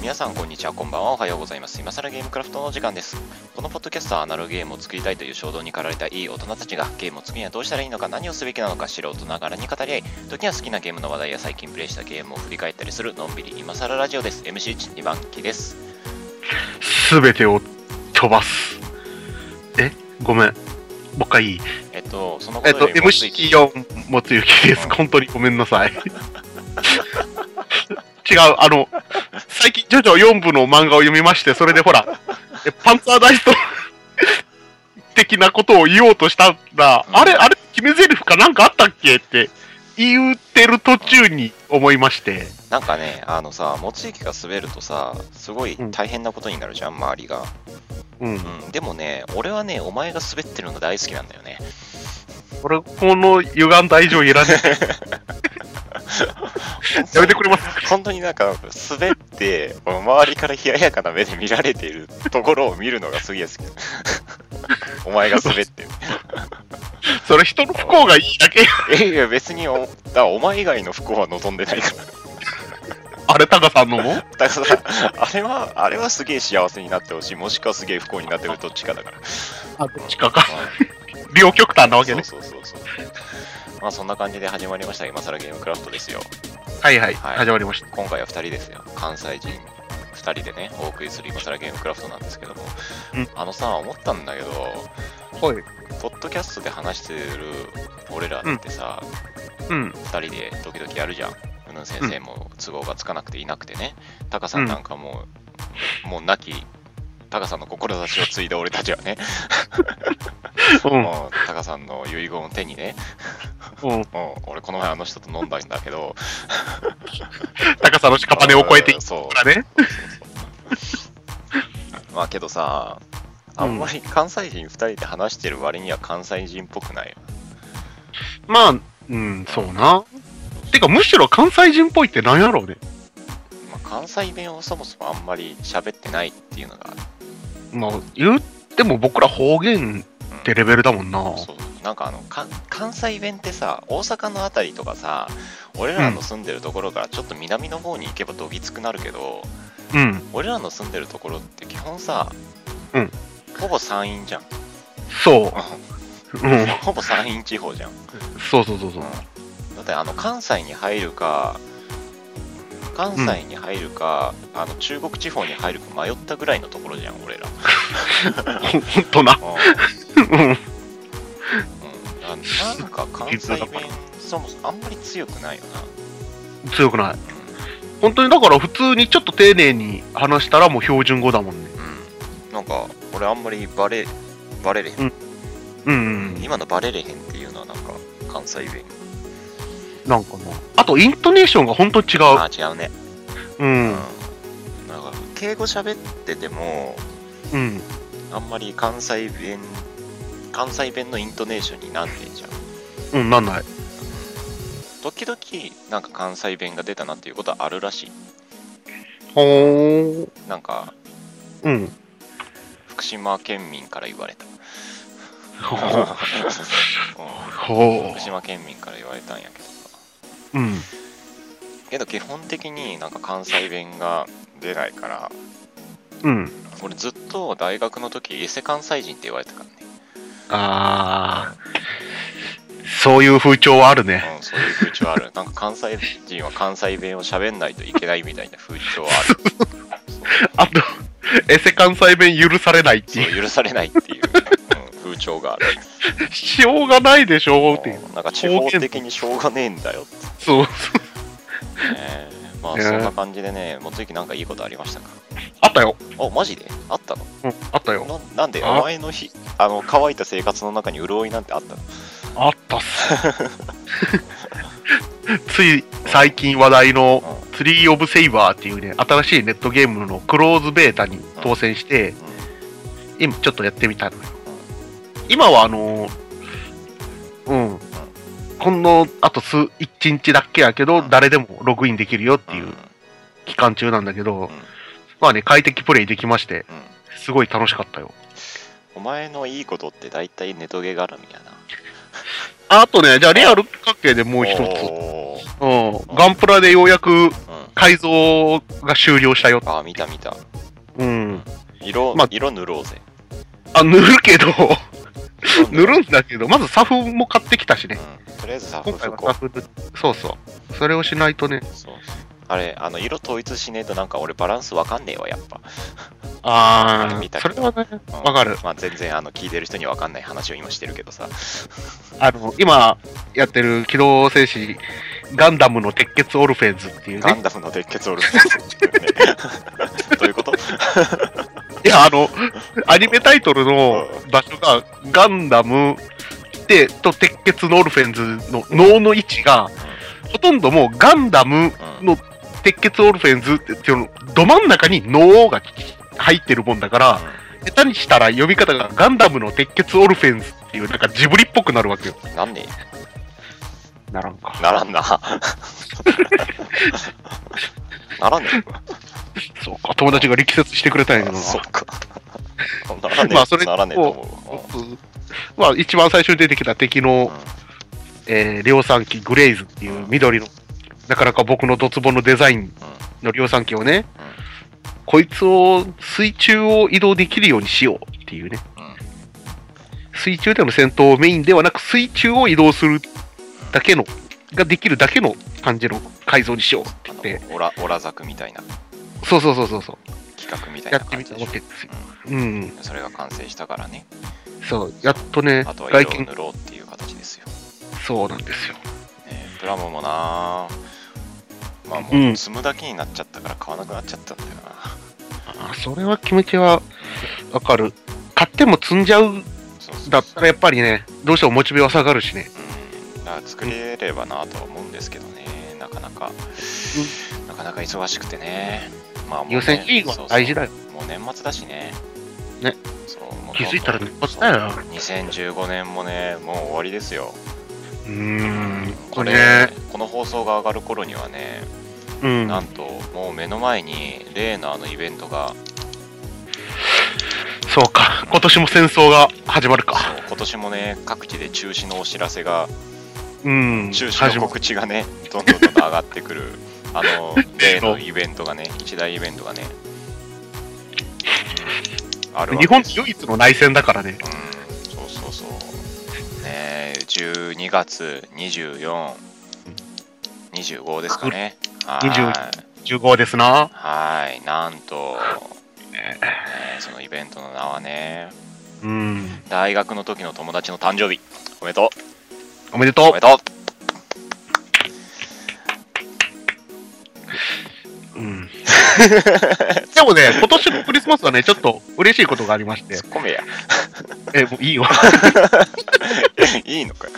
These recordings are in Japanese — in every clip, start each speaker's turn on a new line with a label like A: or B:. A: 皆さんこんにちはこんばんはおはようございます今更ゲームクラフトのお時間ですこのポッドキャストはアナログゲームを作りたいという衝動に駆られたいい大人たちがゲームを作るにはどうしたらいいのか何をすべきなのか素人ながらに語り合い時には好きなゲームの話題や最近プレイしたゲームを振り返ったりするのんびり今更ラジオです MC1 2番機です
B: すべてを飛ばす。えごめん。もう一回いい
A: えっとそのこ
B: えっ
A: と
B: と、
A: よりもつい
B: MC4 もつゆきです。本当にごめんなさい。 違う、あの、最近、ジョジョ4部の漫画を読みまして、それでほら、えパンツァーダイスト 的なことを言おうとしたら、
A: うん
B: あれ、あれ、決め台詞かなんかあったっけって言うてる途中に思いまして、
A: なんかねあのさ持ちきが滑るとさすごい大変なことになるじゃん、周りが
B: うん。
A: うんでもね俺はねお前が滑ってるのが大好きなんだよね
B: 俺、この歪んだ以上いらねえ。やめてくれます
A: 本当になんか滑って周りから冷ややかな目で見られているところを見るのがすげえ好き お前が滑って
B: それ人の不幸がいいだけ。
A: るいやいや別におだお前以外の不幸は望んでないから
B: あれ、タカさんのも
A: だからあれはあれはすげえ幸せになってほしいもしくはすげえ不幸になってるどっちかだから
B: あ、どっちかか。両極端なわけね。
A: そうそうそうそうまあそんな感じで始まりました今更ゲームクラフトですよ
B: はいはい、
A: はい
B: 始まりました。
A: 今回は2人ですよ関西人2人でねお送りする今更ゲームクラフトなんですけども、
B: うん
A: あのさ思ったんだけど
B: はい。
A: ポッドキャストで話してる俺らってさ、
B: うん。
A: 2人で時々やるじゃん。うぬん先生も都合がつかなくていなくてね、タカさんなんかもう、もう亡き、タカさんの志を継いだ俺たちはね、
B: うん。
A: もうタカさんの遺言を手にね、
B: うん。
A: もう俺この前あの人と飲んだんだけ ど、
B: 高さの屍を越えていっ
A: そ
B: たね。
A: う。まあけどさ、あんまり関西人2人で話してる割には関西人っぽくないよ。
B: まあ、うん、そうな。てか、むしろ関西人っぽいってなんやろうね。
A: まあ、関西弁をそもそもあんまり喋ってないっていうのが
B: まあ、言っても僕ら方言ってレベルだもんな。
A: そうなんかあのか関西弁ってさ大阪の辺りとかさ俺らの住んでるところからちょっと南の方に行けばどぎつくなるけど、
B: うん。
A: 俺らの住んでるところって基本さ、
B: うん
A: ほぼ山陰じゃん
B: そう。うん。
A: ほぼ山陰地方じゃん、
B: そうそうそうそう。
A: だってあの関西に入るか関西に入るか、あの中国地方に入るか迷ったぐらいのところじゃん俺ら、
B: ほほんとな。うん。
A: うん、あのなんか関西弁そもそもあんまり強くないよな
B: 強くない。本当にだから普通にちょっと丁寧に話したらもう標準語だもんね。
A: うん、なんか俺あんまりバレバレれへん、
B: うん。
A: 今のバレれへんっていうのはなんか関西弁
B: なんかな。あと、イントネーションが本当に違う。
A: あ違うね
B: う。
A: うんなんか敬語喋ってても
B: うん。
A: あんまり関西弁関西弁のイントネーションになんねんじゃん
B: うん、なんない。
A: 時々なんか関西弁が出たなっていうことはあるらしい
B: ほー。
A: なんか
B: うん。
A: 福島県民から言われた
B: ほ
A: うん
B: ー。ほ
A: 福
B: ー。
A: 島県民から言われたんやけどさ
B: うん。
A: けど基本的になんか関西弁が出ないから
B: うん。
A: 俺ずっと大学の時伊勢関西人って言われたから
B: あー。そういう風潮はあるね。
A: ね、うん、そういう風潮あるなんか関西人は関西弁を喋んないといけないみたいな風潮ある
B: あと、エセ関西弁許されないって
A: そう
B: いう。
A: 許されないっていう、うん風潮がある
B: しょうがないでしょうっていう。
A: うんなんか地方的にしょうがねえんだよって
B: そう。
A: ね まあ
B: ね
A: そんな感じでね望月なんかいいことありましたか
B: あったよ。
A: おマジであったの
B: うん、あったよ。
A: ななんで
B: あ
A: お前の日あの乾いた生活の中に潤いなんてあったの
B: あったっす。 つい最近話題の
A: う
B: ツリー・オブ・セイバーっていうね、新しいネットゲームのクローズベータに当選して、
A: んうん
B: 今ちょっとやってみたのよ。今はあのーうん、このあと数1日だけやけど、
A: うん
B: 誰でもログインできるよっていううん期間中なんだけど、
A: ん
B: まあね、快適プレイできまし
A: う
B: て、
A: ん
B: すごい楽しかったよ。
A: お前のいいことって大体ネトゲ絡みやな
B: あとね、じゃあリアル関係でもう一つ、
A: おー
B: うん、ガンプラでようやく
A: うん
B: 改造が終了したよ。
A: ああ、見た見た。
B: うん。
A: 色、
B: まあ
A: 色塗ろうぜ。
B: あ、塗るけど、
A: 色
B: 塗
A: ろう
B: るんだけど、まずサフも買ってきたしね。
A: うんとりあえずさ、
B: 今回
A: 服
B: は
A: こ
B: サ
A: う。
B: フ塗ってそうそう。それをしないとね。
A: そうあれ、あの、色統一しねえとなんか俺バランスわかんねえわ、やっぱ。
B: あ
A: 見た
B: あ、
A: け
B: そ
A: ど
B: れはね、
A: うん
B: わかる。
A: まあ全然、あの、聞いてる人にわかんない話を今してるけどさ。
B: あの、今やってる機動戦士ガンダムの鉄血オルフェンズっていう
A: ガ
B: ね。
A: ンダムの鉄血オルフェンズっていうね どういうこと
B: いや、あの、アニメタイトルの場所がガンダムで、と鉄血のオルフェンズの脳の位置が、ほとんどもうガンダム
A: うん。
B: の鉄血オルフェンズっていうの、ど真ん中に脳が入ってるもんだから、下手にしたら読み方がガンダムの鉄血オルフェンズっていう、なんかジブリっぽくなるわけよ。
A: うんなんね
B: ならんか。
A: えならんな。ならんね
B: そうか、友達が力説してくれたんやけ
A: え。
B: どな。
A: そっか。ならねえ、
B: まあそれ
A: ならねえと思うわ。
B: まあ、一番最初に出てきた敵
A: うん
B: の、えー量産機グレイズっていう緑の、なかなか僕のドツボのデザインの量産機をね、こいつを水中を移動できるようにしようっていうね。
A: うんうん
B: 水中での戦闘をメインではなく水中を移動するだけのができるだけの感じの改造にしようって言って
A: あのオラオラザクみたいな
B: そうそうそうそうそう
A: 企画みたい
B: や
A: な
B: って
A: 感
B: み
A: じ
B: た
A: で
B: わ
A: しょ
B: けですようん
A: それが完成したからね
B: そうやっとね
A: あとは
B: 外
A: 色を
B: 見
A: 塗ろうっていう形ですよ、ね
B: そうなんですよ
A: えプラモもなまあも
B: う
A: うん積むだけになっちゃったから買わなくなっちゃったんだよな、
B: あそれは気持ちはわかる買っても積んじゃう
A: そうそう
B: だったらやっぱりねどうしてもモチベは下がるしね
A: うんだから作れればなとは思うんですけどねなかなか、なかなか忙しくてねまあもうね
B: 優先順位は大事だよ
A: そうそうもう年末だしね
B: ね
A: そうもう
B: 気づいたら年末だよな
A: 2015年もねもう終わりですよ
B: うーんこ
A: こ
B: れ
A: れ
B: ね
A: この放送が上がる頃にはね、
B: うん
A: なんともう目の前に例のあのイベントが
B: そうか今年も戦争が始まるか
A: そう今年もね各地で中止のお知らせが
B: うん
A: 中止
B: 始
A: の
B: まる
A: 告知がね どんどんどんどん上がってくるあ の例のイベントがね一大イベントがねうんあるわ
B: 日
A: け
B: 本
A: です
B: 唯一の内戦だから
A: う
B: ね
A: んそうそうそうねえ12月2425ですかね
B: 24
A: はい
B: 15ですな
A: はい、なんと、
B: ね
A: ねそのイベントの名はね、
B: うん
A: 大学の時の友達の誕生日。おめでとう、
B: おめで
A: お
B: と
A: めでと
B: う、うん、 でもね今年のクリスマスはねちょっと嬉しいことがありまし
A: う。
B: て
A: 突っ込めや。
B: えもういいよ
A: いいの かよ。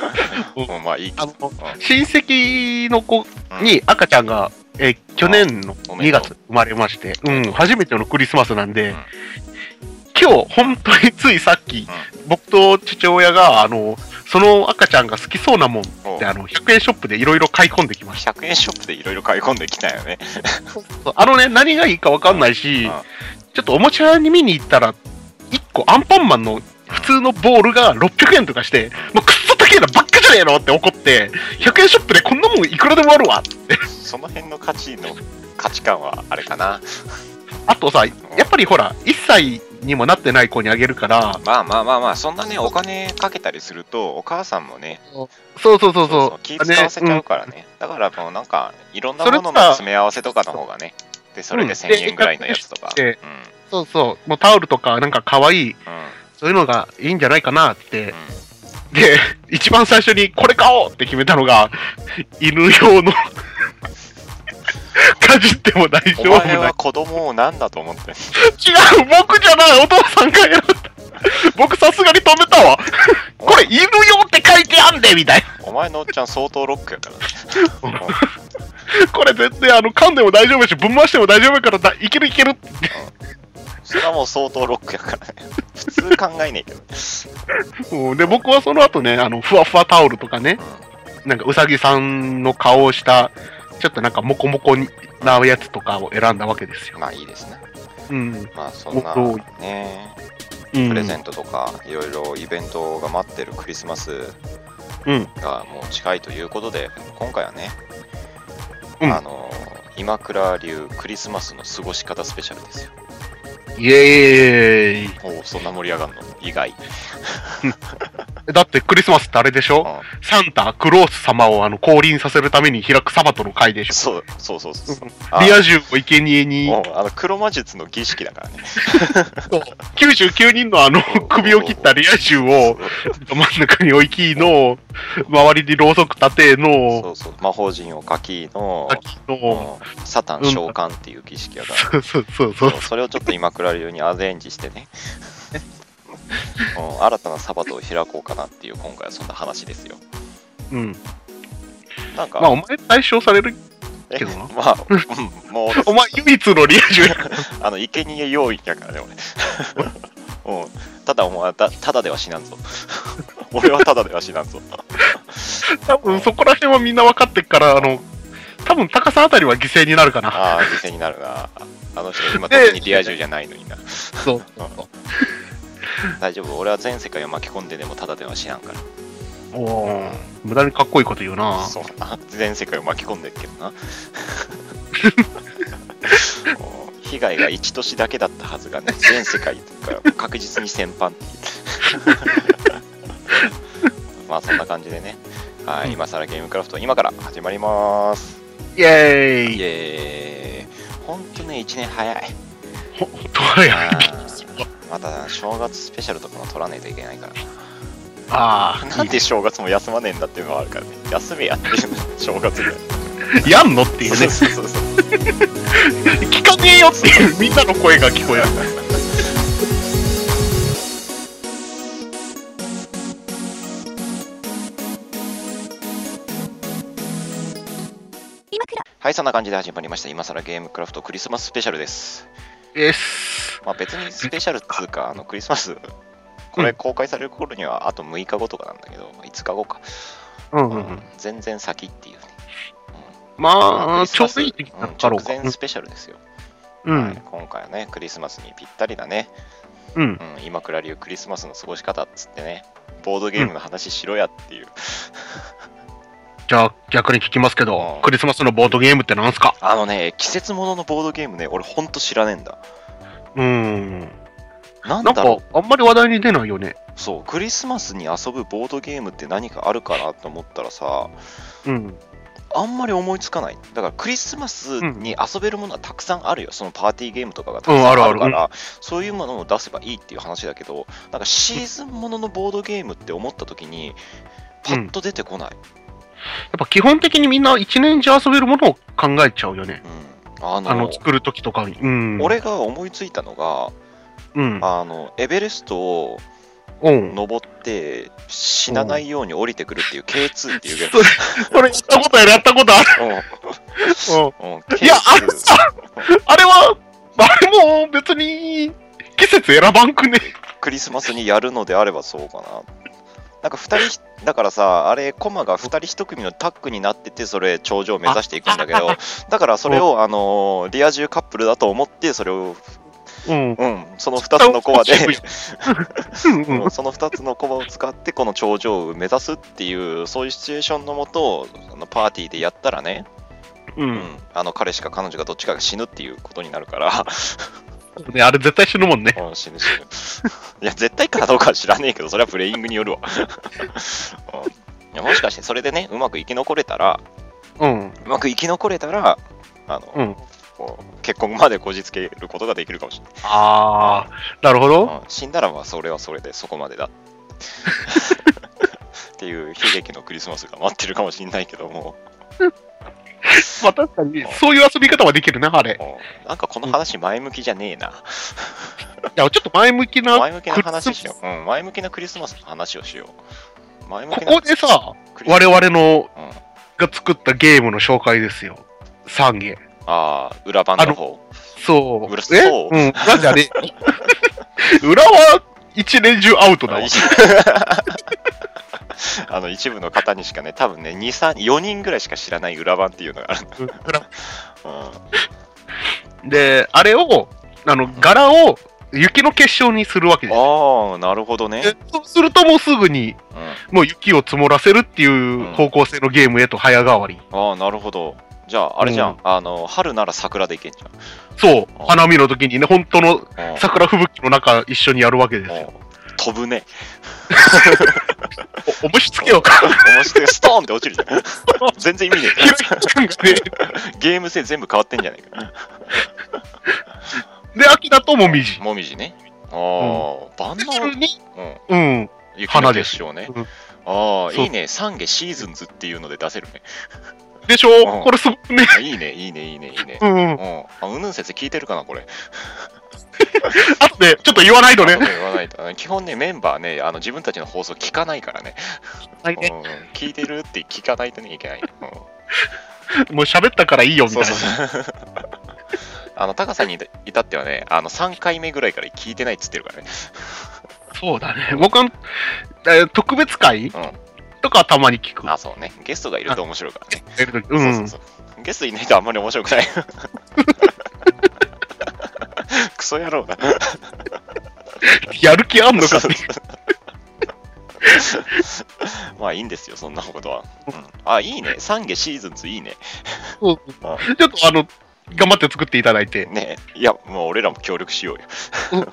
B: うん
A: もうまあいいけ
B: あ
A: ど。
B: の親戚の子
A: うん
B: に赤ちゃんが、えー去年の
A: おめでと
B: 2
A: う
B: 月生まれまして、うん、初めてのクリスマスなんで、
A: うん
B: 今日本当についさっき、僕と父親があのその赤ちゃんが好きそうなもんって
A: おう
B: あの100円ショップでいろいろ買い込んできまし
A: 100円ショップでいろいろ買い込んできたよね。
B: たあのね何がいいかわかんないし、
A: うん
B: ちょっとおもちゃ屋に見に行ったら1個アンパンマンの普通のボールが600円とかしてもうくっそ高えなばっかじゃねえのって怒って100円ショップでこんなもんいくらでもあるわ
A: その辺の価値の価値観はあれかな。
B: あとさ、やっぱりほら、1歳にもなってない子にあげるから、
A: まあまあまあまあ、そんなね、お金かけたりすると、お母さんもね、
B: そうそうそうそう。
A: 気使わせちゃうからね。だからもうなんか、いろんなものの
B: それさ
A: 詰め合わせとかの方がね。で、それで
B: うん
A: 1000円ぐらいのやつとか。
B: で
A: うん
B: うんそうそう。もうタオルとか、なんか可愛い、
A: うん
B: そういうのがいいんじゃないかなって。
A: うん
B: で、 一番最初にこれ買おうって決めたのが、犬 用の。かじっても大丈
A: お
B: 夫
A: 前
B: な
A: は子供を何だと思ってんの
B: 違う僕じゃないお父さんが選んだ僕さすがに止め たわこれ犬用って書いてあんでみたいな
A: お前のおっちゃん相当ロックやからね
B: これ絶対あの噛んでも大丈夫だしぶん回しても大丈夫やからだいけるいける
A: それはもう相当ロックやからね普通考えねえけど、
B: うんで僕はその後ねあのふわふわタオルとかねなんかうさぎさんの顔をしたちょっとなんかモコモコになやつとかを選んだわけです
A: うん
B: よ、
A: まあいいですね
B: うん
A: まあそんな
B: おどう
A: ね
B: うん、
A: プレゼントとかいろいろイベントが待ってるクリスマス
B: うん
A: がもう近いということで今回はね、
B: うん
A: あの今倉流クリスマスの過ごし方スペシャルですよ。
B: イエーイ
A: おお、そんな盛り上がるの意外。
B: だってクリスマスってあれでし
A: う
B: ょ
A: ん
B: サンタ、クロース様をあの降臨させるために開くサバトの会でしょ
A: そうそうそうそう。
B: リア充を生贄に
A: もうあの黒魔術の儀式だからね。
B: 99人のあの
A: そう
B: 首を切ったリア充を
A: そ
B: 真ん中に置きの周りにろうそく立ての
A: うそう。魔法陣を書きの、
B: 先の
A: うんサタン召喚っていう儀式やから。
B: そうそうそうそう
A: そうそれをちょっと今倉流にアレンジして ね。うん新たなサバトを開こうかなっていう今回はそんな話ですよ。
B: うん
A: なんか、
B: まあお前対象される
A: え
B: けどな
A: まあ、うんもう、
B: お前唯一のリア充 や
A: あの、生贄要員やからね、 俺。うん。ただ、お前はた、ただでは死なんぞ。 俺はただでは死なんぞ。
B: 多分そこら辺はみんな分かってっからあの多分高さあたりは犠牲になるかな
A: ああ、犠牲になるな。あの人、今、特にリア充じゃないのにな。
B: そう
A: 大丈夫、俺は全世界を巻き込んででもただでは死なんから。
B: おー無駄にかっこいいこと言うな
A: そうあ全世界を巻き込んでるけ どな。もう被害が一都市だけだったはずがね、全世界から確実に先般っていう まあそんな感じでね、は
B: うん
A: い、今更ゲームクラフト、今から始まります。
B: イエー
A: イ
B: イ
A: エーイ。ほんとね、1年早い。
B: ほほんとはや
A: あーまた正月スペシャルとかも取らないといけないから
B: あ
A: な。
B: ー
A: なんで正月も休まねえんだっていうのはあるからね。休めやっていうの、正月ぐらい。
B: やんのっていう
A: そう
B: ね
A: そうそうそう。
B: 聞かねえよっていうみんなの声が聞こえる
A: はい、そんな感じで始まりました。今更ゲームクラフトクリスマススペシャルです。
B: です
A: まあ別にスペシャルっつうか、あのクリスマス、 これ公開される頃にはあと6日後とかなんだけど、5日後か。
B: うんう
A: うん
B: うん
A: ん、全然先っていうね。
B: まあちょうどいい時期
A: な
B: なんだろうか
A: 直前スペシャルですよ。
B: う
A: はい
B: ん
A: 今回はね、クリスマスにぴったりだね。
B: うん
A: うん、今倉流クリスマスの過ごし方っつってね、ボードゲームの話しろやっていう。
B: じゃあ逆に聞きますけど
A: うん
B: クリスマスのボードゲームってなんすか
A: あのね、季節もののボードゲームね、俺ほんと知らねえんだ。
B: うん
A: なんだ
B: なんか
A: ろ
B: あんまり話題に出ないよね
A: うそう、クリスマスに遊ぶボードゲームって何かあるかなと思ったらさ、
B: うん
A: あんまり思いつかない。だからクリスマスに遊べるものはたくさんあるよ。そのパーティーゲームとかがたく
B: うん
A: さ
B: あ
A: ん
B: る
A: あ
B: あ
A: る
B: る
A: から、そういうものを出せばいいっていう話だけど、なんかシーズンもののボードゲームって思った時に、パッと出てこない。
B: やっぱ基本的にみんな一年中遊べるものを考えちゃうよね。
A: うん。あの、
B: あの作る時とかに。うん。
A: 俺が思いついたのが、
B: うん。
A: あの、エベレストを
B: うん。
A: 登って死なないように降りてくるっていう K2 っていうゲーム。
B: 俺やったことやる、やったことある。う
A: うんうん
B: ん、いや、あ
A: K2
B: れさ、あれは、あれも別に季節選ばんくね。
A: クリスマスにやるのであればそうかな。なんか2人、だからさ、あれ、コマが2人1組のタッグになってて、それ、頂上を目指していくんだけど、だからそれを、あのーリア充カップルだと思って、それを、
B: うん。
A: うん、 その2つのコマで、
B: うんう
A: うんんその2つのコマを使って、この頂上を目指すっていう、そういうシチュエーションのもと、あのパーティーでやったらね、
B: う
A: うんん、あの彼氏か彼女かどっちかが死ぬっていうことになるから、
B: ねあれ絶対死ぬもんね。
A: うん、死ぬ死ぬ。 いや、絶対かどうかは知らねえけど、それはプレイングによ るわ。うんいやもしかしてそれでね、うまく生き残れたら、
B: うん。
A: うまく生き残れたら、あの、
B: うん
A: こう結婚までこじつけることができるかもしれ
B: ああ、なるほ
A: な
B: ど。
A: い。うん死んだらまあそれはそれでそこまで だ。っていう悲劇のクリスマスが待ってるかもしれないけども、
B: まあ確かに、そういう遊び方はできるな、あれ。
A: うんなんかこの話前向きじゃねえな。
B: いや、ちょっと前向きな。
A: 前向きな話しよう。うん、前向きなクリスマスの話をしよう。前向
B: こ
A: きな
B: こでさ、
A: クリスマス
B: 我々の
A: うん
B: が作ったゲームの紹介ですよ。3ゲ
A: ああ、裏番の方。
B: そう。
A: 裏
B: え
A: そう
B: うん。なんじゃねえ 裏は一年中アウト
A: あ
B: だわ
A: の。一 あの一部の方にしかね、多分ね、二三4人ぐらいしか知らない裏番っていうのがある。
B: で、あれを、あの、柄を雪の結晶にするわけです。
A: ああ、なるほどね。
B: でそうするともうすぐに
A: うん、あ
B: もう雪を積もらせるっていう方向性のゲームへと早変わり。
A: あ、なるほど。じゃあ、あれじゃん,、
B: うん
A: あの、春なら桜でいけんじ
B: そう
A: あ、
B: 花見の時にね、本当の
A: ゃん。うん
B: 桜吹雪の中、一緒にやるわけですよ。
A: もう飛ぶね。
B: お、おもしつけようか。
A: 面白い。ストーンって落ちるじゃん。 全然意味ね
B: ひろゆきくんがね
A: え。ゲーム性全部変わってんじゃないか。
B: で、秋だともみじ。
A: もみじね。ああ、万
B: で、
A: 能
B: そ。れに、
A: うん。
B: うん、
A: 雪の
B: 花で
A: 結
B: す
A: 晶ね
B: うん。
A: ああ、
B: そう
A: いいね。三下シーズンズっていうので出せるね。
B: でしょ
A: ん
B: これすごくね。
A: あいいね、いいね、いいね、いいね。
B: うん
A: う。ん。あ、うんぬん説聞いてるかな、これ。
B: あとで、ちょっと言わないとね
A: 後。で言わないとあの基本ね、メンバーね、あの自分たちの放送聞かないから ね。うん聞いてるって聞かないとね、いけない。うん
B: もう喋ったからいいよ、みた
A: そ
B: いうな
A: そう。そう。 あの、高さんに至ってはね、あの、3回目ぐらいから聞いてないっつってるからね。
B: そうだね。僕は、えー特別会
A: う
B: とかはたまに聞く
A: ん。。あ、そうね。ゲストがいると面白いからね。
B: う
A: そ
B: ん
A: う。そうそうゲストいないとあんまり面白くない。 クソ野郎だ。
B: やる気あんのかって。
A: まあいいんですよ、そんなことは。うん、あ、いいね。3下シーズン2いいね。
B: うんちょっとあの、頑張って作っていただいて。
A: ねいや、もう俺らも協力しようよ。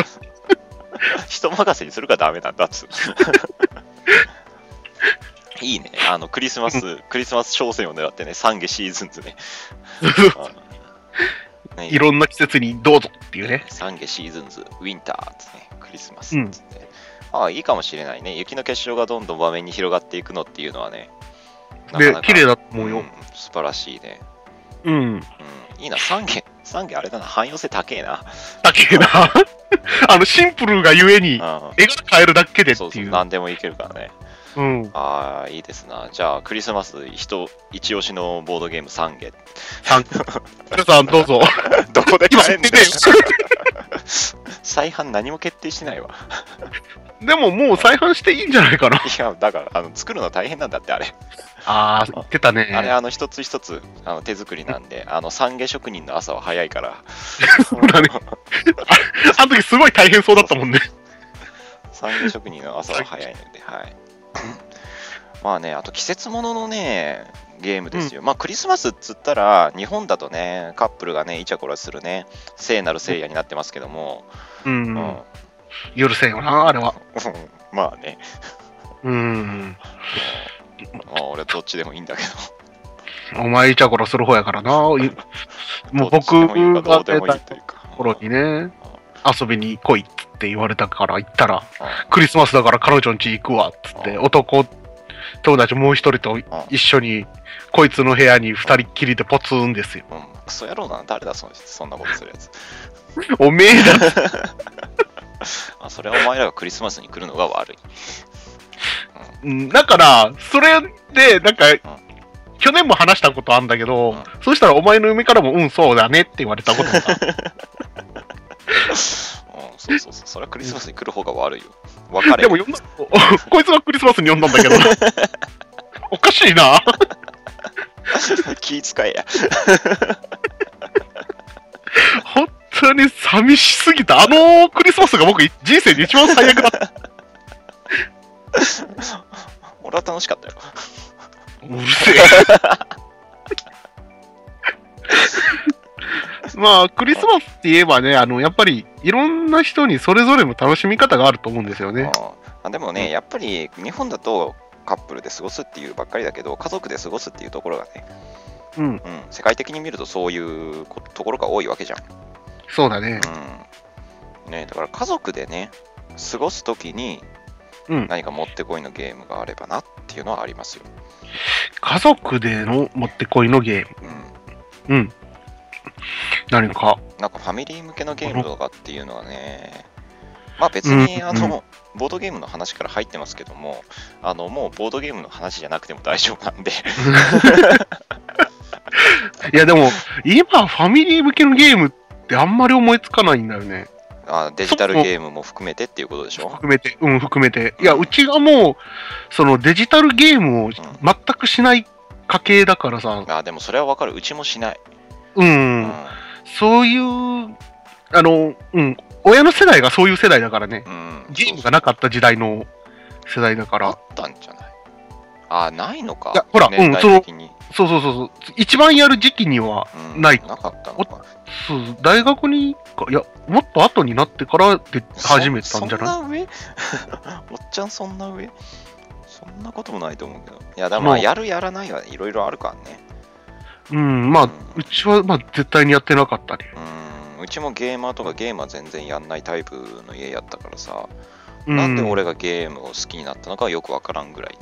A: 人任せにするからダメなんだっつう。いいね。あの、クリスマス、クリスマス商戦を狙ってね、3下シーズンズ ね。うんね
B: いろんな季節にどうぞっていうね。
A: 三下シーズンズ、ウィンターっつってね、クリスマスっつって、ああ、いいかもしれないね。雪の結晶がどんどん場面に広がっていくのっていうのはね、なか
B: で
A: な、か
B: 綺麗だと思う
A: う
B: よ
A: ん。素晴らしいね。
B: うん。
A: うん、いいな、三下、三下あれだな、汎用性高えな。
B: だけどな。 あの、シンプルがゆえ
A: う
B: に、絵が変えるだけで
A: ん、
B: って
A: そうそう、
B: いう。
A: 何でもいけるからね。
B: うん。
A: ああ、いいですな。じゃあ、クリスマス、人、一押しのボードゲーム三下。
B: 皆さんどうぞ。
A: どこで
B: 今
A: 買えんだよ
B: 言ってね
A: 再販何も決定してないわ。
B: でももう再販していいんじゃないかな。
A: いや、だから、あの作るの大変なんだって、あれ。
B: あー、言ってたね。
A: あれ、あの、一つ一つ、あの手作りなんで、あの、三下職人の朝は早いから。そう
B: だねあの時すごい大変そうだったもんね。
A: 三下職人の朝は早いので、はい。 まあね、あと季節もののね、ゲームですよ。まあ、クリスマスっつったら、日本だとね、カップルがね、イチャコラするね、聖なる聖夜になってますけども、
B: う。
A: うん
B: 許せんよな、あれは。
A: まあね、
B: うん。
A: まあ、俺どっちでもいいんだけど、
B: お前イチャコラする方やからな。いもう
A: どっち
B: 僕
A: でもいいかど
B: が
A: うで
B: 出
A: もいい
B: た
A: というか。
B: 頃にね、遊びに来いっつって言われたから行ったら、
A: う
B: クリスマスだから彼女ん家行くわっつって、
A: うん
B: 男友達もう一人と一緒に、こいつの部屋に二人っきりでポツンですよ。
A: ん、うんクソ野郎だな、誰だその、そんなことするやつ。
B: おめえだ
A: あそれはお前らがクリスマスに来るのが悪い。
B: うんだから、それで、なんか、去年も話したことあんだけど、
A: うん
B: そしたらお前の嫁からも、うん、そうだねって言われたことがある
A: うん、そうそうそう、それはクリスマスに来る方が悪いよ。別れ
B: でも 呼んだ、おこいつがクリスマスに呼んだん だけど、おかしいな。
A: 気使えや。
B: 本当に寂しすぎた。あのクリスマスが僕、人生で一番最悪だった。
A: 俺は楽しかったよ。
B: うる せえ。まあ、クリスマスって言えばね、あの、やっぱり、いろんな人にそれぞれの楽しみ方があると思うんですよね。
A: うんあでもね、やっぱり日本だとカップルで過ごすっていうばっかりだけど、家族で過ごすっていうところがね、
B: うん、
A: うん、世界的に見るとそういうこところが多いわけじゃん。
B: そうだね。
A: うんね、だから家族でね、過ごすときに
B: うん。
A: 何かもってこいのゲームがあればなっていうのはありますよ。
B: 家族での持ってこいのゲーム。
A: うん、
B: うん。何 か。
A: なんかファミリー向けのゲームとかっていうのはね、まあ別に
B: うん
A: あの、ボードゲームの話から入ってますけども、あのもうボードゲームの話じゃなくても大丈夫なん で、
B: いや、でも、今、ファミリー向けのゲームってあんまり思いつかないんだよね。
A: あデジタルゲームも含めてっていうことでしょ。
B: 含めて、うん、含めて。いや、うちがもう、そのデジタルゲームを全くしない家系だからさ、
A: あでもそれはわかる、うちもしない。う
B: う
A: ん
B: ん、そういう、あの、うん、親の世代がそういう世代だからね。
A: うん
B: ゲームがなかった時代の世代だか
A: あ
B: ら
A: っ、たんじゃないあ、ないのか。
B: いやほら
A: 年
B: うん
A: 代
B: その
A: 的に
B: そうそうそうそう。一番やる時期には、
A: うん
B: ない
A: なかったのか。
B: そう大学にか、いや、もっと後になってからで始めたんじゃない
A: そそんな上 おっちゃんそんな上そんなこともないと思うけど。いや、でもま
B: ま
A: あ、
B: あ
A: やるやらないはいろいろあるからね。
B: うん、まあ、うちは、まあ、絶対にやってなかったね。
A: うん、うちもゲーマーとかゲーマー全然やんないタイプの家やったからさ、
B: う
A: なんで俺がゲームを好きになったのかはよくわからんぐらい。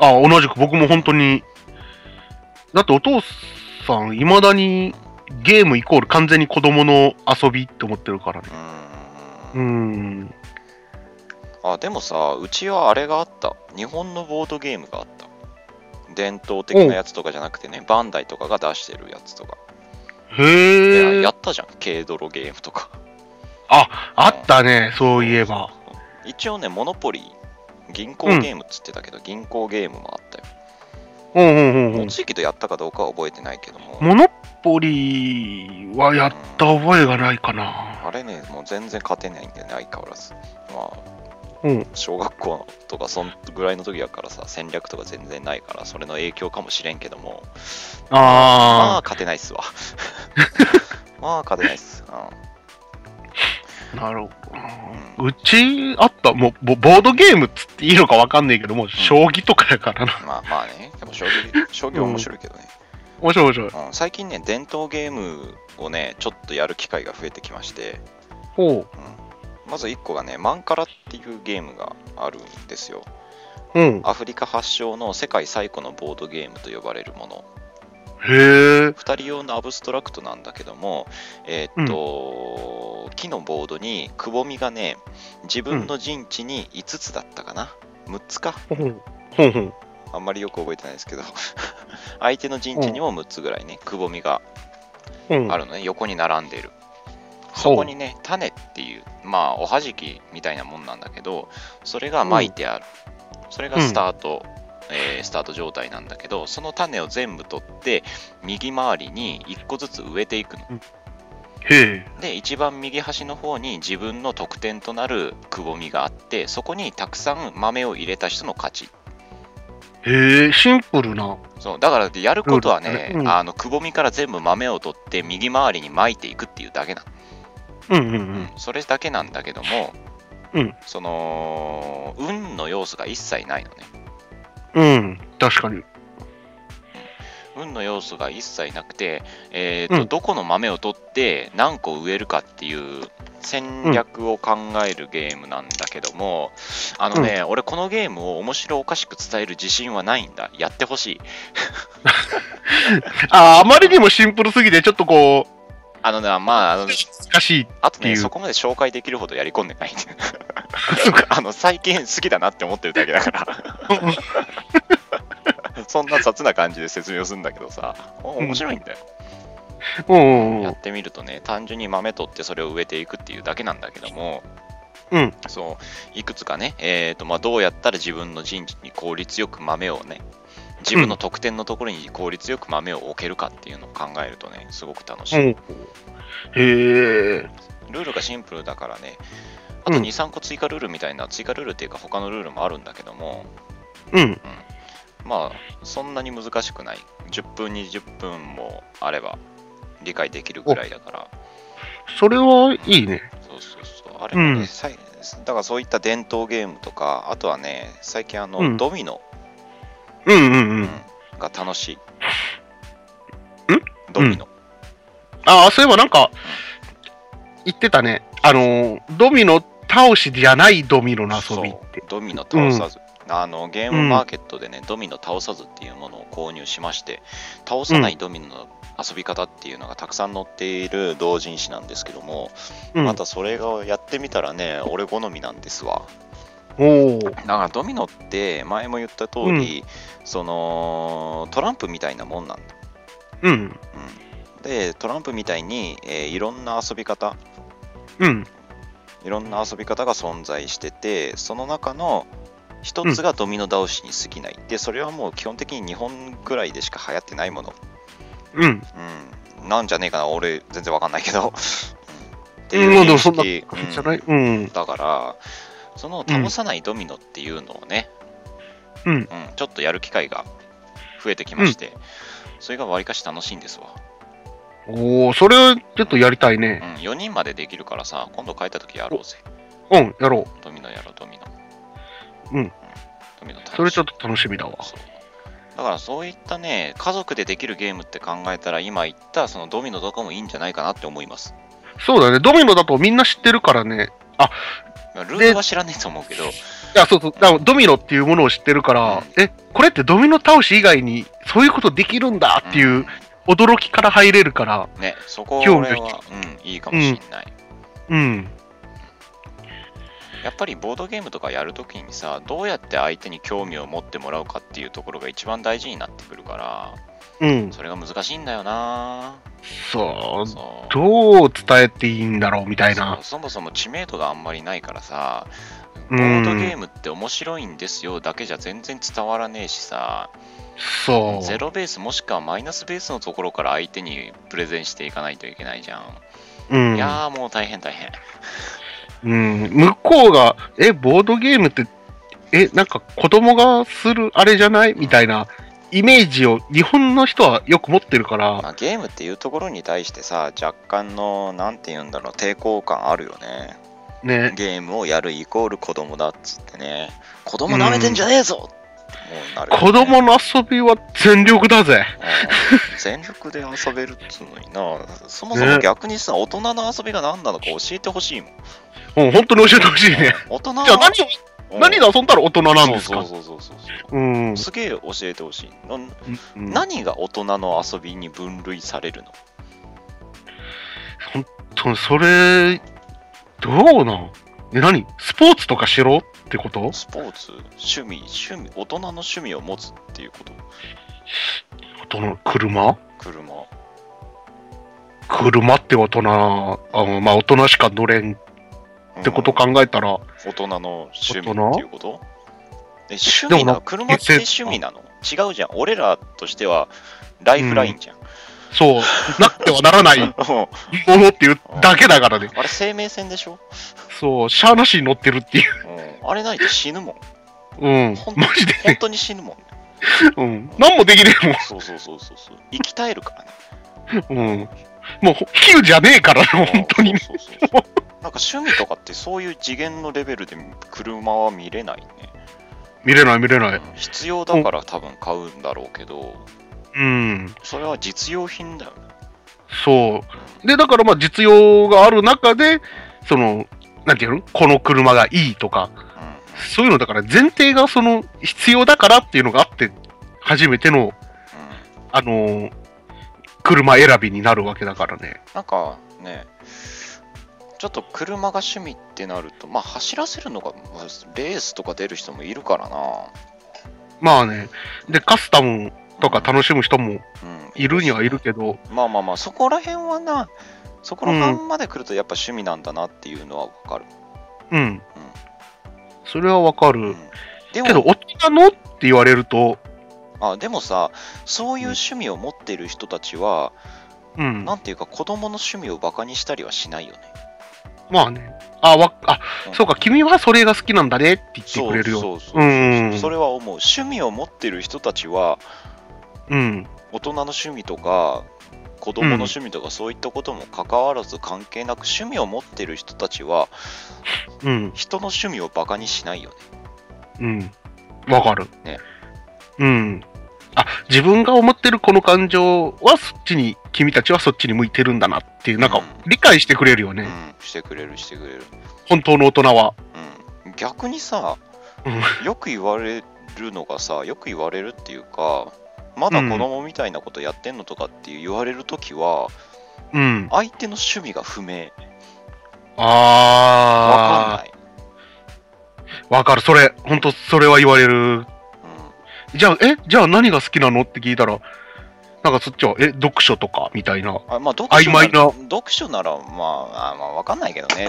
B: あ、同じく僕も本当に。だってお父さん、いまだにゲームイコール完全に子供の遊びって思ってるからね。
A: う。
B: うんん。
A: あ、でもさ、うちはあれがあった。日本のボードゲームがあった。伝統的なやつとかじゃなくてね、バンダイとかが出してるやつとか。いや
B: へえ
A: や。ったじゃん、軽泥ゲームとか。
B: あったね、そういえば。
A: 一応ね、モノポリー、銀行ゲームっつってたけど、銀行ゲームもあったよ。
B: うんうんうんう。
A: もうん地域でやったかどうかは覚えてないけども、
B: モノポリーはやった覚えがないかな。
A: あれね、もう全然勝てないんだよね、相変わらず。まあ、
B: うん
A: 小学校とかそんぐらいの時やからさ、戦略とか全然ないから、それの影響かもしれんけども、まあ
B: あ
A: 勝てないっす わ。まあ勝てないっす。う
B: あ、なるほど。うちあった、もうボボードゲームっつっていいのかわかんないけど、もう将棋とかやからな。
A: ん、まあまあね、でも将棋、将棋は面白いけどね。
B: 面白い面白い。
A: うん、最近ね、伝統ゲームをね、ちょっとやる機会が増えてきまして、
B: ほ
A: まず1個がね、マンカラっていうゲームがあるんですよ。
B: う。うん。
A: アフリカ発祥の世界最古のボードゲームと呼ばれるもの。
B: へえ。
A: 2人用のアブストラクトなんだけども、えーっと、木のボードにくぼみがね、自分の陣地に5つだったかな。6つか。
B: ほうほうほう。
A: あんまりよく覚えてないですけど、 相手の陣地にも6つぐらいね、くぼみが
B: うん
A: あるのね、横に並んでいる。そこにね、種っていう、まあ、おはじきみたいなもんなんだけど、それが巻いてある。それがスタート、えースタート状態なんだけど、その種を全部取って、右回りに1個ずつ植えていくの。
B: へえ。
A: で、一番右端の方に自分の得点となるくぼみがあって、そこにたくさん豆を入れた人の勝ち。
B: へえ、シンプルな。
A: そうだからやることはね、
B: うん
A: あのくぼみから全部豆を取って右回りに巻いていくっていうだけなの
B: うんうんうん。
A: それだけなんだけども、
B: うん
A: その運の要素が一切ないのね
B: うん、確かに。
A: 運の要素が一切なくて、えーと
B: うん
A: どこの豆を取って何個植えるかっていう戦略を考えるゲームなんだけども、あのね、俺このゲームを面白おかしく伝える自信はないんだやってほしい
B: あーあまりにもシンプルすぎて、ちょっとこう、
A: あのねまああの
B: 難しい。
A: あと
B: っ
A: ね
B: ていう
A: そこまで紹介できるほどやり込んで ない あの最近好きだなって思ってるだけだからそんな雑な感じで説明をするんだけどさ、お面白いんだよ。
B: うんうんう
A: や
B: ん。
A: ってみるとね、単純に豆取ってそれを植えていくっていうだけなんだけども、
B: うん
A: そういくつかね、えーとまあ、どうやったら自分の陣地に効率よく豆をね、自分の得点のところに効率よく豆を置けるかっていうのを考えるとね、すごく楽しい。
B: うんへえ。
A: ルールがシンプルだからね、あと
B: うん
A: 2、3個追加ルールみたいな、追加ルールっていうか、他のルールもあるんだけども、
B: うん。
A: まあそんなに難しくない10分20分もあれば理解できるぐらいだから
B: それはいいね。
A: そうそうそうあれもね、
B: うん
A: さいだからそういった伝統ゲームとかあとはね最近あの、
B: うん
A: ドミノ
B: うんうんうん。
A: が楽しい
B: ん
A: ドミノ、
B: ああ、そういえばなんか、言ってたね。あのー、ドミノ倒しじゃないドミノの遊びっ
A: そう
B: て。
A: ドミノ倒さず、あのゲームマーケットでね、ドミノ倒さずっていうものを購入しまして倒さないドミノの遊び方っていうのがたくさん載っている同人誌なんですけども、
B: うん。
A: またそれがやってみたらね俺好みなんですわ
B: おー
A: だからドミノって前も言った通り、そのトランプみたいなもんなんだ、
B: うん。
A: うん、でトランプみたいに、えーいろんな遊び方
B: うん。
A: いろんな遊び方が存在しててその中の一つがドミノ倒しに過ぎない、でそれはもう基本的に日本ぐらいでしか流行ってないもの、
B: うん。
A: うん、なんじゃねえかな俺全然わかんないけどって
B: う
A: いう
B: ん、まあで
A: 認
B: もそんな
A: 識
B: 感じ
A: う
B: じゃ
A: ん
B: ないうん。
A: だから、その倒さないドミノっていうのをね、
B: うん
A: ちょっとやる機会が増えてきまして、それがわりかし楽しいんですわ、
B: おお、それちょっとやりたいうね。
A: ん、4人までできるからさ今度帰った時やろうぜ
B: うん、やろ
A: ドミノやろうドミノ
B: うん
A: ドミノ楽し
B: う。
A: い
B: それちょっと楽しみだわ。
A: そうだからそういったね家族でできるゲームって考えたら今言ったそのドミノとかもいいんじゃないかなって思います
B: そうだね、ドミノだとみんな知ってるからね。
A: まあルールは知らねえと思うけど
B: いや、そうそう、だからドミノっていうものを知ってるから、え、これってドミノ倒し以外にそういうことできるんだっていう驚きから入れるから、
A: ねそこ
B: 興味
A: 俺
B: を
A: は、うん、いいかもしんない、
B: うん。
A: やっぱりボードゲームとかやるときにさどうやって相手に興味を持ってもらうかっていうところが一番大事になってくるから
B: うん。
A: それが難しいんだよな
B: そう、
A: そう
B: どう伝えていいんだろうみたい
A: そ
B: な
A: う。そもそも知名度があんまりないからさボ
B: うん
A: ードゲームって面白いんですよだけじゃ全然伝わらねえしさ
B: そう。
A: ゼロベースもしくはマイナスベースのところから相手にプレゼンしていかないといけないじゃん、
B: うん
A: いやーもう大変大変
B: うん、向こうが、え、ボードゲームって、え、なんか子供がするあれじゃないみたいなイメージを日本の人はよく持ってるから、
A: まあ、ゲームっていうところに対してさ若干の何て言うんだろう抵抗感あるよね
B: ね。
A: ゲームをやるイコール子供だっつってね子供舐めてんじゃねえぞ、ってもうなるよね
B: 子供の遊びは全力だぜ。
A: うん全力で遊べるっつうのになそもそも
B: ね
A: 逆にさ大人の遊びが何なのか教えてほしいもん
B: うん、本当に教えてほしいね。
A: 大人は
B: じゃあ何を、
A: うん
B: 何で遊んだら大人なんです
A: そ
B: か
A: うそうそうそうそう
B: うん。
A: すげえ教えてほしいな
B: うん
A: 何が大人の遊びに分類されるの
B: そうそれ、どうなんえ、何スポーツとかしろってこと
A: スポーツ趣味趣味大人の趣味を持つっていうこと
B: どの車
A: 車
B: 車って大人、あのまあ大人しか乗れんってこと考えたら、
A: 大人の趣味っ
B: 大人
A: ていうことえ趣味
B: でも
A: な
B: な
A: 車って趣味なの違うじゃん俺らとしてはライフラインじゃん、
B: そう、なくてはならないものっていうだけだからね。
A: あれ生命線でしょ、
B: そう、シャーなしに乗ってるっていう。
A: うん、あれないと死 ぬもん
B: うん
A: ほん。
B: マジで
A: 本
B: ね。
A: 当に死ぬもん
B: うん。何もできね
A: そうそうそうそうそう生き絶えるからね
B: えもん。うん。もう、比喩じゃねえからね、本当にね。
A: そうそうそうそうなんか趣味とかってそういう次元のレベルで車は見れないね、
B: 見れない見れない。
A: うん必要だから多分買うんだろうけど
B: うん。
A: それは実用品だよね
B: そう。で、だからまあ実用がある中で、その、なんていうのこの車がいいとか、そういうのだから前提がその必要だからっていうのがあって、初めての、
A: うん、うん
B: あのー車選びになるわけだからね。
A: なんかね、ちょっと車が趣味ってなると、まあ走らせるのが、まあレースとか出る人もいるからな。
B: まあね。で、カスタムとか楽しむ人
A: う
B: も
A: ん、
B: いるにはいるけど、
A: まあまあまあ、そこら辺はな、そこら辺まで来るとやっぱ趣味なんだなっていうのはわかる。
B: うん。それはわかる。
A: で
B: けど、
A: も
B: 大人のって言われると、
A: あでもさ、そういう趣味を持っている人たちは、
B: うん。
A: なんていうか子供の趣味をバカにしたりはしないよね。
B: まあね。あ、わ、あ
A: う、ん
B: そうか、君はそれが好きなんだねって言って
A: そ
B: く
A: う
B: れるよ。
A: そうそうそう、
B: うんうん
A: それは思う。趣味を持っている人たちは、
B: うん。
A: 大人の趣味とか子供の趣味とかそういったことも関わらず関係なく趣味を持ってる人たちは
B: うん。
A: 人の趣味をバカにしないよね。
B: うん。わかる。
A: ね
B: うん。あ、自分が思ってるこの感情はそっちに、君たちはそっちに向いてるんだなっていう、なん
A: う
B: か
A: ん、
B: 理解してくれるよ
A: う
B: ね。
A: ん、してくれるしてくれる。
B: 本当の大人は。
A: うん、逆にさ
B: う
A: よく言われるのがさよく言われるっていうかまだ子供みたいなことやってんのとかって言われるときは
B: うん。
A: 相手の趣味が不明わかん
B: あ
A: ない、
B: ー、わかる。それ、本当それは言われる
A: うん、
B: じゃあ、え、じゃあ何が好きなのって聞いたら、なんかそっちは、え、読書とかみたいな。
A: あまあ読書な
B: 曖昧な
A: 読書ならまああまあわかんないけどね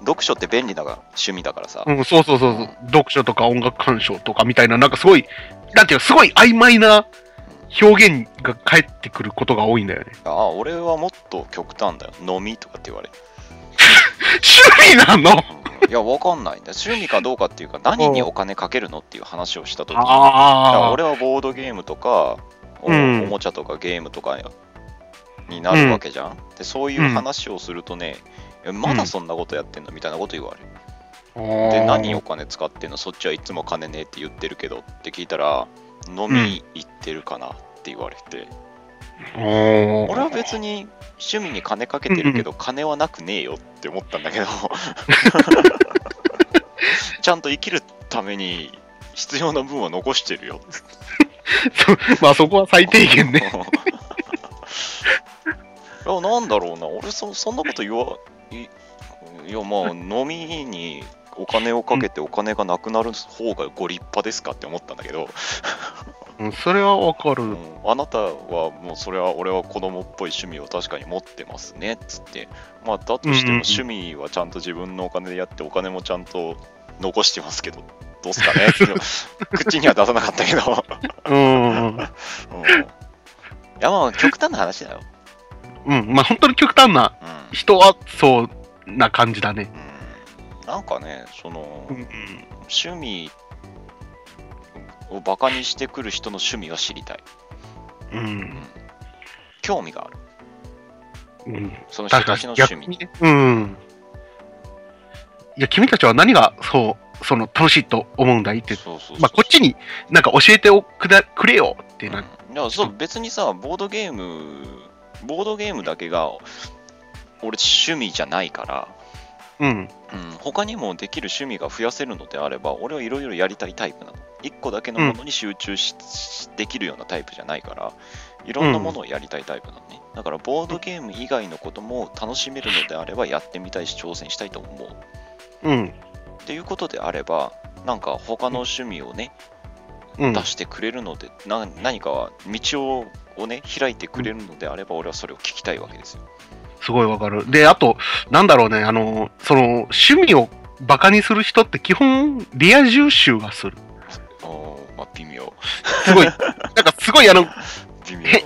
A: 読書って便利だから趣味だからさ、
B: うん、そうそうそうそう、読書とか音楽鑑賞とかみたいな、なんかすごい、なんていうの、すごい曖昧な表現が返ってくることが多いんだよね。
A: あ俺はもっと極端だよ飲みとかって言われる、
B: 趣味なの
A: うんいや、わかんないんだ。趣味かどうかっていうか、何にお金かけるのっていう話をしたとき、だから
B: ああ、
A: 俺はボードゲームとか、お
B: うん
A: おもちゃとかゲームとかになるわけじゃん。で、そういう話をするとね、えまだそんなことやってんのみたいなこと言われる。で、何お金使ってんのそっちはいつも金ねえって言ってるけどって聞いたら、飲み行ってるかなって言われて、
B: 俺
A: 俺は別に趣味に金かけてるけど、金はなくねえよって思ったんだ けどちゃんと生きるために必要な分は残してるよ
B: まあ そこは最低限ね。
A: いやなんだろうな俺そそんなこと言わいいやまあ飲みにお金をかけてお金がなくなる方がご立派ですかって思ったんだけど、
B: うんそれはわか
A: う
B: る。
A: んあなたはもうそれは俺は子供っぽい趣味を確かに持ってますねっつってまあだとしても
B: うんうんうん
A: 趣味はちゃんと自分のお金でやってお金もちゃんと残してますけどどうすかねっ て口には出さなかったけど、
B: うん。うん、
A: うん、いやまあ極端な話だよ、
B: うんまあ本当に極端な
A: うん
B: 人はそうな感じだね。
A: うんなんかね、その、
B: うんうん
A: 趣味をバカにしてくる人の趣味が知りたい。
B: うん。
A: 興味がある。
B: うん。
A: その人
B: 確
A: た
B: か
A: ち
B: に
A: の
B: 逆
A: 趣味
B: に
A: に。
B: ね。うん。いや、君たちは何がそう、その楽しいと思うんだいって。
A: そうそうそう
B: まあこっちになんか教えておくだくれよっていううのは
A: んいやそう別にさ、ボードゲーム、ボードゲームだけが、俺趣味じゃないから、
B: うん。
A: うん、他にもできる趣味が増やせるのであれば、俺はいろいろやりたいタイプなの。一個だけのものに集中し、しできるようなタイプじゃないから、いろんなものをやりたいタイプなのね。だから、ボードゲーム以外のことも楽しめるのであれば、やってみたいし、挑戦したいと思う。
B: うん。
A: っていうことであれば、なんか他の趣味をね、
B: うん。
A: 出してくれるので、な何か道ををね、開いてくれるのであれば、俺はそれを聞きたいわけですよ。
B: すごいわかる。で、あと、なんだろうね、あの、その、趣味をバカにする人って基本、リア充集がする。
A: おーまあ、微妙。
B: す ごい、なんかすごい、あの、
A: 微妙。
B: へ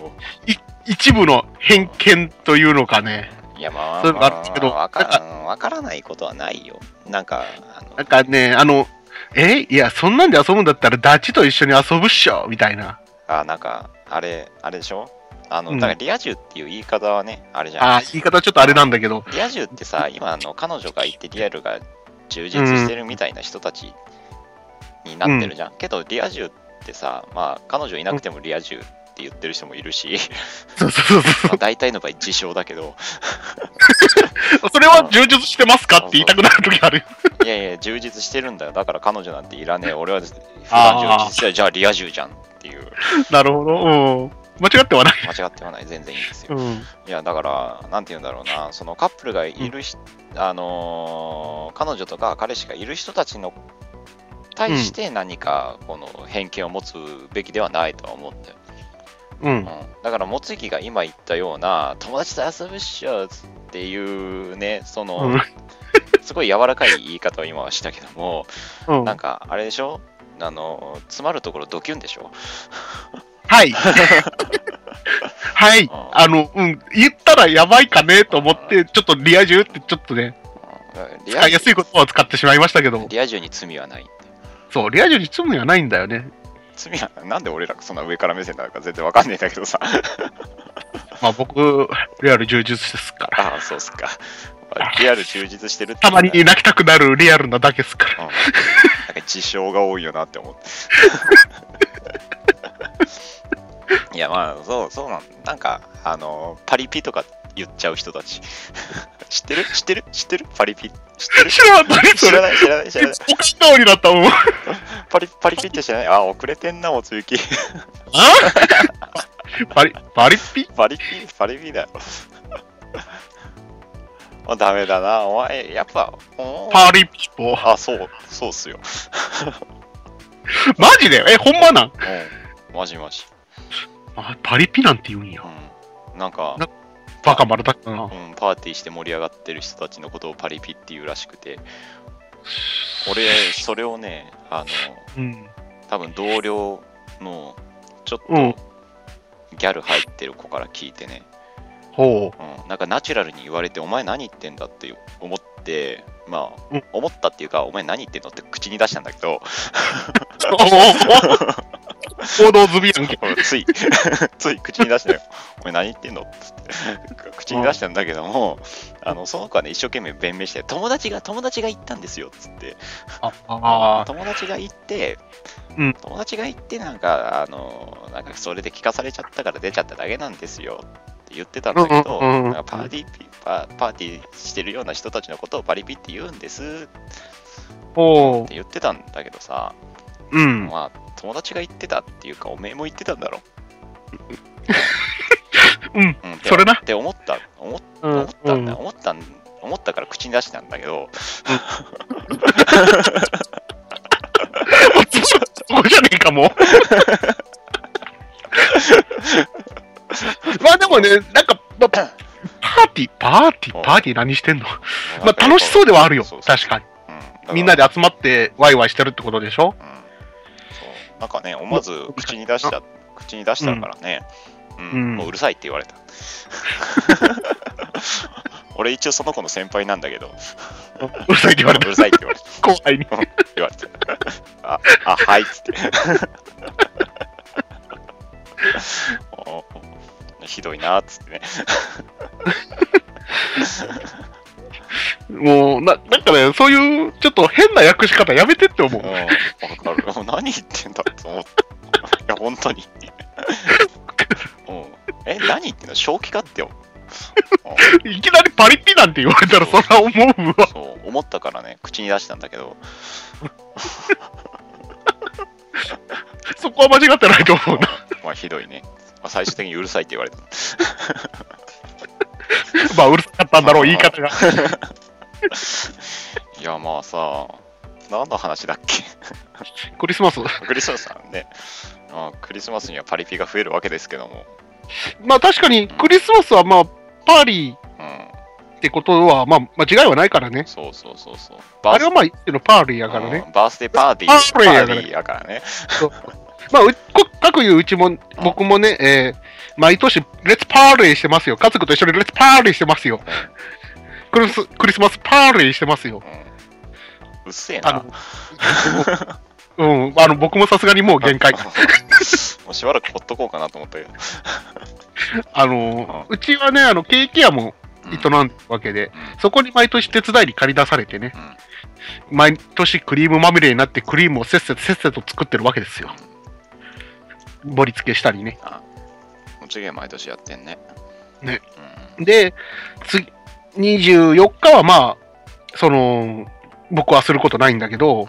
B: 一部の偏見というのかね、
A: いやまあ、
B: そういうの
A: ま
B: が
A: あ
B: あるんですけど
A: わかわからないことはないよ。なんか、あの
B: なんかね、あの、えいや、そんなんで遊ぶんだったら、ダチと一緒に遊ぶっしょみたいな。
A: あなんかあれ、あれでしょあの、
B: うん
A: だからリア充っていう言い方はね、あれじゃ
B: あ
A: ん。
B: 言い方ちょっとあれなんだけど、
A: リア充ってさ、今あの、彼女がいてリアルが充実してるみたいな人たちになってるじゃん。けど、リア充ってさ、まあ、彼女いなくてもリア充って言ってる人もいるし、
B: そうそうそう
A: まあ、大体の場合、自称だけど、
B: そう、それは充実してますかって言いたくなるときあるよ。
A: いやいや、充実してるんだよ。だから彼女なんていらねえ。俺は普段充実してる。じゃあ、リア充じゃんっていう。
B: なるほど、うん。間違ってはない。
A: 間違ってはない。全然いいですよ。
B: うん。
A: いやだから、なんて言うんだろうな、そのカップルがいるし、あのー彼女とか彼氏がいる人たちの対して何かこの偏見を持つべきではないとは思うんだよ。
B: うん。
A: うん、だから、モツキが今言ったような、友達と遊ぶっしょっていうね、その、
B: うん
A: すごい柔らかい言い方を今はしたけども、
B: うん
A: なんか、あれでしょあの詰まるところドキュンで しょ
B: はい。はい。あの、うん、言ったらやばいかねと思って、ちょっとリア充ってちょっとね、
A: うんリア
B: 使いやすい言葉を使ってしまいましたけど、
A: リア充に罪はない。
B: そう、リア充に罪はないんだよね。
A: 罪はなんで俺らそんな上から目線なのか全然わかんないんだけど さ
B: まあ僕、リアル充実ですから。
A: ああそうっすかリアル充実してるって
B: たまに
A: うん
B: 泣きたくなるリアルなだけですから。
A: なんか事象が多いよなって思って いやまあそうそうなんなんかあのパリピとか言っちゃう人たち 知ってる知ってる知ってるパリピ知ってる
B: 知らない、 そ
A: 知ら
B: れ。
A: ない知らない知らない
B: おかし顔になったもん。
A: パリパリピって知らないあ遅れてんなおつ ゆき
B: バリ、バリピ
A: パリピパリピだよ あダメだなお前やっぱお前
B: パリピポ。
A: あ、そう、そうっすよ。
B: マジでえ、ほんまなん
A: うん。マジマジ。
B: あパリピなんて言うんや。
A: うん。なんか、
B: なバカ丸だったな
A: う。ん、パーティーして盛り上がってる人たちのことをパリピっていうらしくて、俺、それをね、あの、
B: うん。
A: 多分同僚の、ちょっ
B: うん。
A: とギャル入ってる子から聞いてね、
B: ほ
A: うん、なんかナチュラルに言われて、お前何言ってんだって思って、まあ、
B: うん
A: 思ったっていうか、お前何言ってんのって口に出したんだけど、
B: 行動済みやんけ。
A: つい、つい口に出したよ。お前何言ってんのっつって、口に出したんだけども、あの、その子はね、一生懸命弁明して、友達が、友達が行ったんですよ、つって。
B: ああ
A: 友達が行って、
B: うん
A: 友達が行って、なんか、あの、なんかそれで聞かされちゃったから出ちゃっただけなんですよ。って言ってたんだけど、
B: うんうんうんうん
A: なんかパーティーピパパーティーしてるような人たちのことをパリピって言うんです
B: ー。お
A: っ
B: ー
A: て言ってたんだけどさ、
B: うん。
A: まあ友達が言ってたっていうかおめえも言ってたんだろ
B: うん。
A: うん、
B: それな
A: って思った思っ
B: うん
A: 思ったんだ、
B: うん
A: 思ったん思ったから口に出したんだけど
B: そこじゃねえ かも。まあでもね、なんか、まあパーティー、パーティー、パーティー何してんのまあ楽しそうではあるよ、確かに。
A: に
B: みんな
A: で、
B: で集まってワイワイしてるってことでしょ
A: うんそうなんかね思わず口に出した、口に出したからね、うん
B: うん
A: もううるさいって言われた俺一応その子の先輩なんだけど
B: うるさいって言われ
A: う
B: て
A: るさいって言われた
B: 後輩 に。
A: 言われてああはいっつっておひどいなっつってね
B: もう、な、なんかね、そういう、ちょっと変な訳し方やめてって思
A: うん、
B: う。
A: わかる。何言ってんだと思った。いや、本当に。うん、え、何言ってんの正気かってよ。う
B: いきなりパリピなんて言われたら、そら思うんわ。
A: そう思ったからね、口に出したんだけど、
B: そこは間違ってないと思う な。
A: まあひどいね。まあ、最終的にうるさいって言われた。
B: まあ、うるさかったんだろう、言い方が。
A: いや、まあさ、何の話だっけ
B: クリスマス。
A: クリスマスなんで、まあ、クリスマスにはパリピが増えるわけですけども、
B: まあ、確かに、クリスマスは、まあ、パーリー
A: うん、
B: ってことは、まあ、間違いはないからね。
A: そうそうそうそう。
B: あれはまあ、一種のパーリーやからね。
A: うんバースデーパーティー、
B: パーティーやから
A: パーティーやからね。
B: まあ、うこ各いううちも、僕もね、えー毎年、レッツパーリーしてますよ。家族と一緒にレッツパーリーしてますよ。クリスクリスマスパーリーしてますよ。
A: うっせえ
B: あ
A: な。
B: の。うん、あの僕もさすがにもう限界
A: もうしばらくほっとこうかなと思ったけど。
B: あのうちはね、あのケーキ屋も
A: うん
B: 営んでるわけで、そこに毎年手伝いに借り出されてね、毎年クリームまみれになって、クリームをせっせとせっせと作ってるわけですよ。盛り付けしたりね。
A: もうちげえ毎年やってんね。
B: ね。で、次、24日はまあ、その、僕はすることないんだけど、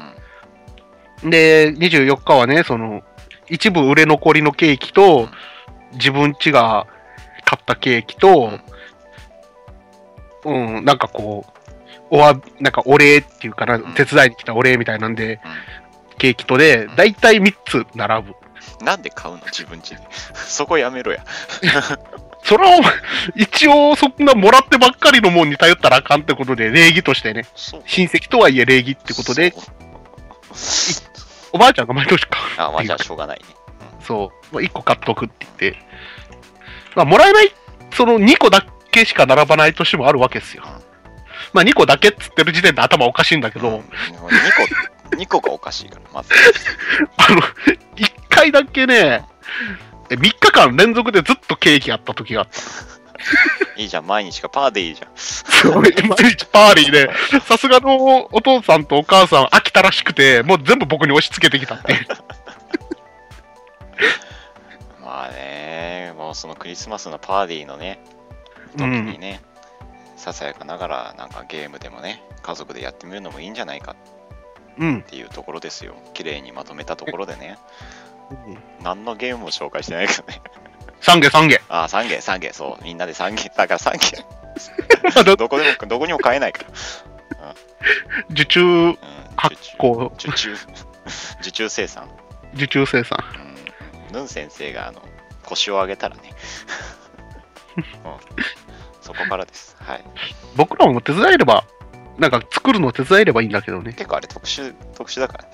B: で、24日はね、その、一部売れ残りのケーキと、自分家が買ったケーキと、うん、なんかこう、おわ、なんかお礼っていうかな、
A: ん
B: 手伝いに来たお礼みたいなんで、
A: うん
B: ケーキとで、だいたい3つ並ぶ。
A: うんなんで買うの自分ちに。 そこやめろや。
B: それは、一応そんなもらってばっかりのもんに頼ったらあかんってことで、礼儀としてね、
A: そう。っ
B: 親戚とはいえ礼儀ってことで、。おばあちゃんが毎年買う。
A: あ、まあじゃあしょうがないね。
B: そう、まあ、1個買っとくって言って、まあ、もらえない、その2個だけしか並ばない年もあるわけですよ
A: うん。
B: まあ2個だけっつってる時点で頭おかしいんだけど、
A: うん二個、2個がおかしいから、まず。
B: あの、1回だけね、3日間連続でずっとケーキあった時があった。
A: いいじゃん、毎日がパーでいいじゃん。
B: 毎日パーリーで、さすがのお父さんとお母さん飽きたらしくて、もう全部僕に押し付けてきたっていう。
A: まあね、もうそのクリスマスのパーティーのね、時
B: うん
A: にね、ささやかながらなんかゲームでもね、家族でやってみるのもいいんじゃないか
B: うん
A: っ。ていうところですよ。綺麗にまとめたところでね、何のゲームも紹介してないけどね。
B: 三下三下。
A: ああ、3ゲー、3ゲー、そう、みんなで3ゲー、だから3ゲ
B: まだ
A: ー、どこでも、どこにも買えないから。
B: 受注
A: うん、
B: 発
A: 受注、
B: 行、
A: 受注、受注生産。
B: 受注生産。
A: うんヌン先生があの腰を上げたらね、 うん、そこからです。はい。
B: 僕らも手伝えれば、なんか作るの手伝えればいいんだけどね。
A: 結構あれ特殊、特殊だからね。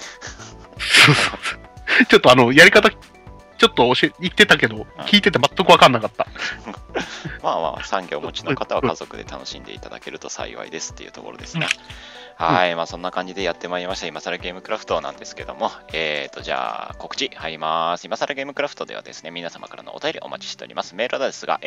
B: そうそうそうちょっとあの、やり方、ちょっと教え、言ってたけど、聞いてて全くわかんなかった。
A: まあまあ、産業をお持ちの方は家族で楽しんでいただけると幸いですっていうところですが、はい、まあそんな感じでやってまいりました、今更ゲームクラフトなんですけども、えーと、じゃあ告知入ります。今更ゲームクラフトではですね、皆様からのお便りお待ちしております。メールアドレスが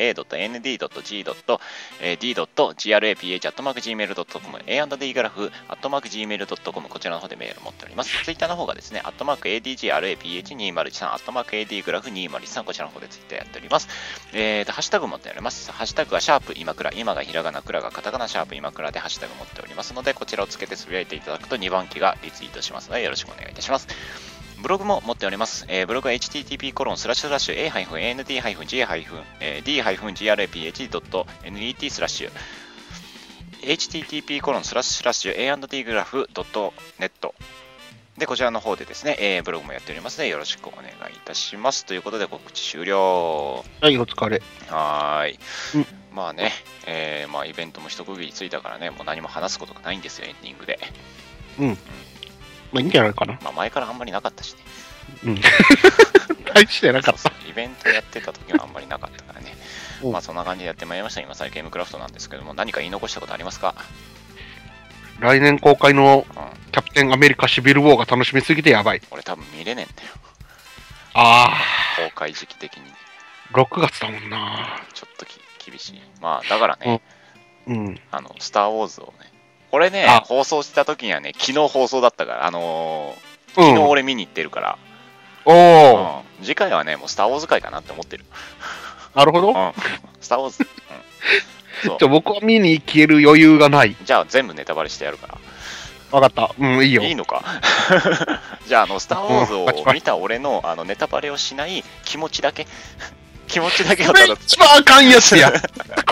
A: a.nd.g.d.grapa.gmail.com、a&dgraph.gmail.com、こちらの方でメールを持っております。ツイッターの方がですね、adgraph201、adgraph203、こちらの方でツイッターやっております。えーと、ハッシュタグ持っております。ハッシュタグはシャープ今倉、今がひらがな、くらがカタカナ、シャープ今倉でハッシュタグ持っておりますので、こちらをつけてつぶやいていただくと2番機がリツイートしますので、よろしくお願いいたします。ブログも持っております。えーブログは http コロンスラッシュスラッシュ a-and-g-d-graph.net スラッシュ http コロンスラッシュスラッシュ a&dgraph.net で、こちらの方でですね、えーブログもやっておりますので、よろしくお願いいたします。ということで、告知終了。
B: はい、お疲れ。
A: はーい、
B: うん
A: まあね、えーまあ、イベントも一区切りついたからね、もう何も話すことがないんですよ、エンディングで。
B: まあいいんじゃないかな。
A: まあ、前からあんまりなかったしね。
B: うん。 大してなかっ
A: そう。
B: た
A: そうイベントやってた時はあんまりなかったからね。
B: うん
A: まあそんな感じでやってまいりました、今更ゲームクラフトなんですけども、何か言い残したことありますか、
B: 来年公開の
A: うん、
B: キャプテンアメリカシビルウォーが楽しみすぎてやばい。
A: 俺多分見れねえんだよ、
B: あ
A: 公開時期的に。
B: あ、6月だもんな。
A: ちょっとき厳しい。まあだからね、
B: うん。
A: あの、スター・ウォーズをね、これね
B: あ、
A: 放送した時にはね、昨日放送だったから、あのー
B: う
A: 昨
B: ん。
A: 日
B: お
A: 俺見に行ってるから、
B: お、
A: うん次回はね、もうスター・ウォーズ会かなって思ってる。
B: なるほど。
A: うん、スター・ウォーズ。 うん、そう
B: じゃあ僕は見に行ける余裕がない。
A: じゃあ全部ネタバレしてやるから。
B: わかった。うん、いいよ。
A: いいのか じゃあ、あの、スター・ウォーズ
B: うんバチ
A: を
B: バチ
A: 見た俺のあのネタバレをしない気持ちだけ、 気持ちだけを
B: こ
A: た
B: れ
A: だ、
B: 一番あかんやつ や。こ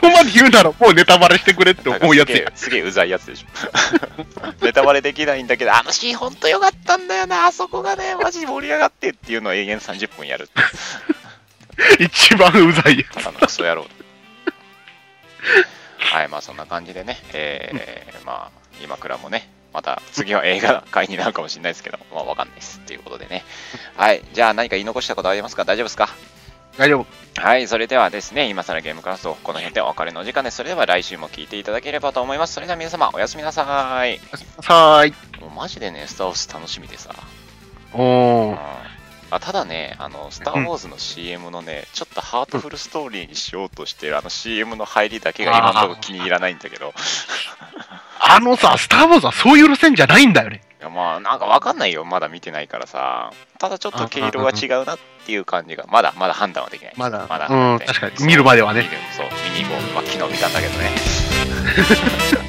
B: こまで言うならもうネタバレしてくれって
A: なんか
B: 思うやつ
A: すげ
B: や
A: え。すげえうざいやつでしょ。 ネタバレできないんだけど、あのシーンほんとよかったんだよな、あそこがね、マジ盛り上がってっていうのを永遠30分やる。
B: 一番うざいや
A: ただのクソ野郎。はい、まあそんな感じでね、えーまあ今倉もね、また次は映画会になるかもしれないですけど、まあわかんないです。ということでね。はい、じゃあ何か言い残したことありますか大丈夫ですか
B: つ。大丈夫。
A: はい、それではですね、今更ゲームクラフト、この辺でお別れのお時間です。それでは来週も聞いていただければと思います。それでは皆様、おやすみなさい。
B: さーい。
A: もうマジでね、スター・ウォーズ楽しみでさ。
B: お
A: うんあただね、あの、スター・ウォーズの CM のね、ちょっとハートフルストーリーにしようとしてる、あの CM の入りだけが今のところ気に入らないんだけど、
B: あのさ、スター・ウォーズはそういう路線じゃないんだよね。
A: いやまあ、なんかわかんないよ、まだ見てないからさ、ただちょっと毛色が違うなっていう感じが、まだまだ判断はできない。
B: まだ
A: まだ、
B: うん、確かに。見るまではね
A: 見。るそう、見に行こう。まあ、昨日見たんだけどね。